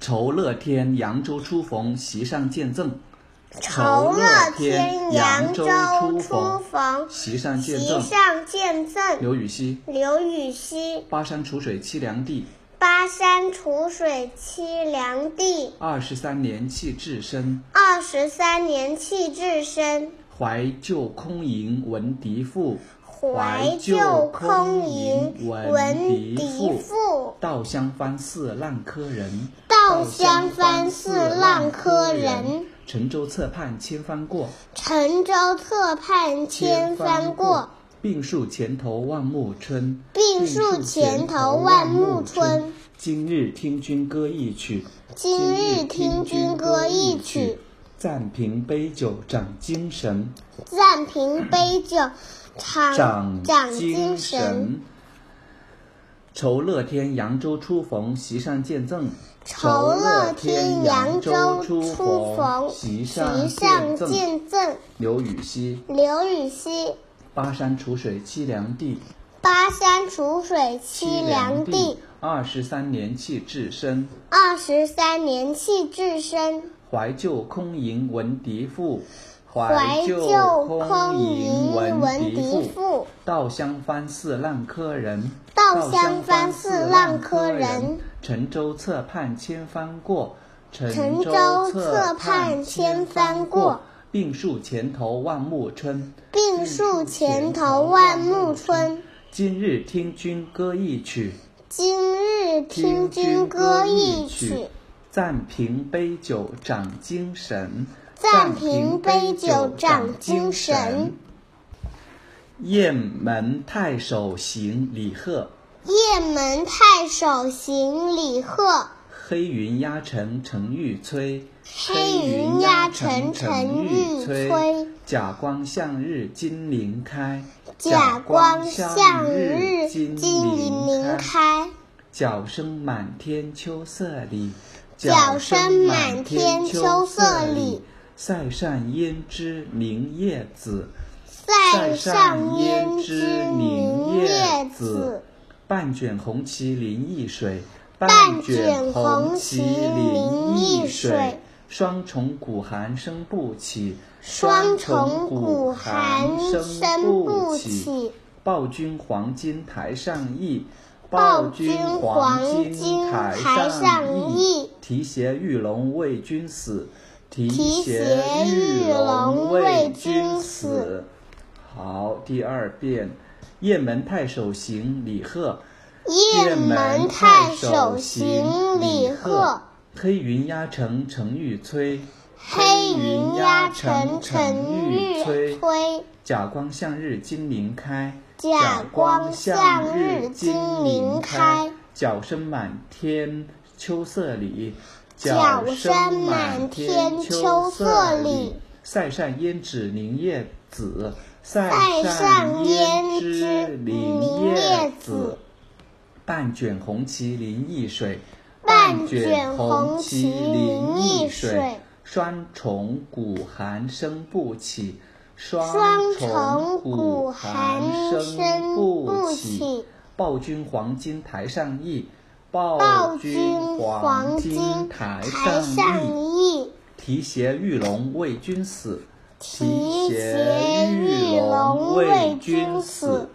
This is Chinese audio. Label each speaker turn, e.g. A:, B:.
A: 酬乐天扬州初逢，席上见赠。
B: 酬乐天扬州
A: 扬州
B: 初
A: 初
B: 逢，
A: 席上见
B: 席
A: 赠。
B: 上见赠。
A: 刘禹锡，
B: 刘禹锡，
A: 巴山楚水凄凉地，
B: 巴山楚水凄凉地，
A: 二十三年弃置身。
B: 二十三年弃置身。
A: 怀旧空吟闻笛赋，
B: 怀旧空吟闻笛赋，
A: 稻香翻似浪客人。
B: 稻香翻似浪柯人。
A: 沉舟侧畔千帆过，
B: 沉舟侧畔千帆过，。
A: 病树前头万木春，
B: 病树前头万木春。
A: 今日听君歌一曲，
B: 今日听君歌一曲。
A: 暂凭杯酒长精神，
B: 暂凭杯酒，啊长长
A: 精
B: 精神。。
A: 酬乐天扬州初逢，席上见赠。
B: 酬乐天扬州初逢，
A: 席
B: 席
A: 上
B: 上
A: 见赠。
B: 见赠。
A: 刘禹锡，
B: 刘禹锡，
A: 巴山楚水凄凉地，
B: 巴山楚水凄凉地，。
A: 二十三年弃置身，
B: 二十三年弃置身。
A: 怀旧空吟闻笛赋。
B: 怀旧空吟闻笛
A: 笛赋。
B: 赋，
A: 稻香翻似浪柯人，
B: 稻香翻似浪柯人。
A: 沉舟侧畔千帆过，
B: 沉舟侧畔千帆过。
A: 病树前头万木春，
B: 病树前头万木春。
A: 今日听君歌一曲，
B: 今日听君歌一曲，，
A: 暂凭杯酒长精神。
B: 暂凭杯酒长精神。
A: 雁门太守行李贺，
B: 雁门太守行李贺，
A: 黑云压城城欲摧。
B: 黑云压城城欲摧。
A: 甲光向日金鳞开，
B: 甲光向日金鳞。开，
A: 角声满天秋色里，
B: 角声满天秋色里。
A: 塞上胭脂凝夜紫，
B: 塞上胭脂凝夜紫。。
A: 半卷红旗临易水，
B: 半卷红旗临易水。
A: 双重鼓寒声不起，
B: 双重鼓寒声不起，
A: 报君黄金台上意，
B: 报君黄金台上意。
A: 提携玉龙为君死，提
B: 携玉龙为君死。
A: 好，第二遍。雁门太守行，李贺。
B: 雁门太守行李贺，。
A: 黑云压城城欲摧，
B: 黑云压城城欲摧。
A: 甲光向日金鳞开，
B: 甲光向日金鳞开。
A: 角声满天秋色里，
B: 角声满天秋色里。
A: 塞上胭脂凝夜紫，塞
B: 上胭脂
A: 脂
B: 凝
A: 凝
B: 夜
A: 夜
B: 紫
A: 紫。半卷红旗临易水，
B: 半卷红旗临易水。
A: 双重鼓寒声不起，
B: 双
A: 双
B: 重鼓寒声
A: 声
B: 不
A: 起。
B: 起，
A: 报君黄金台上意，报
B: 报君黄
A: 黄
B: 金
A: 台
B: 台上
A: 意。
B: 意。
A: 提携玉龙为君死，
B: 提携玉龙为君死。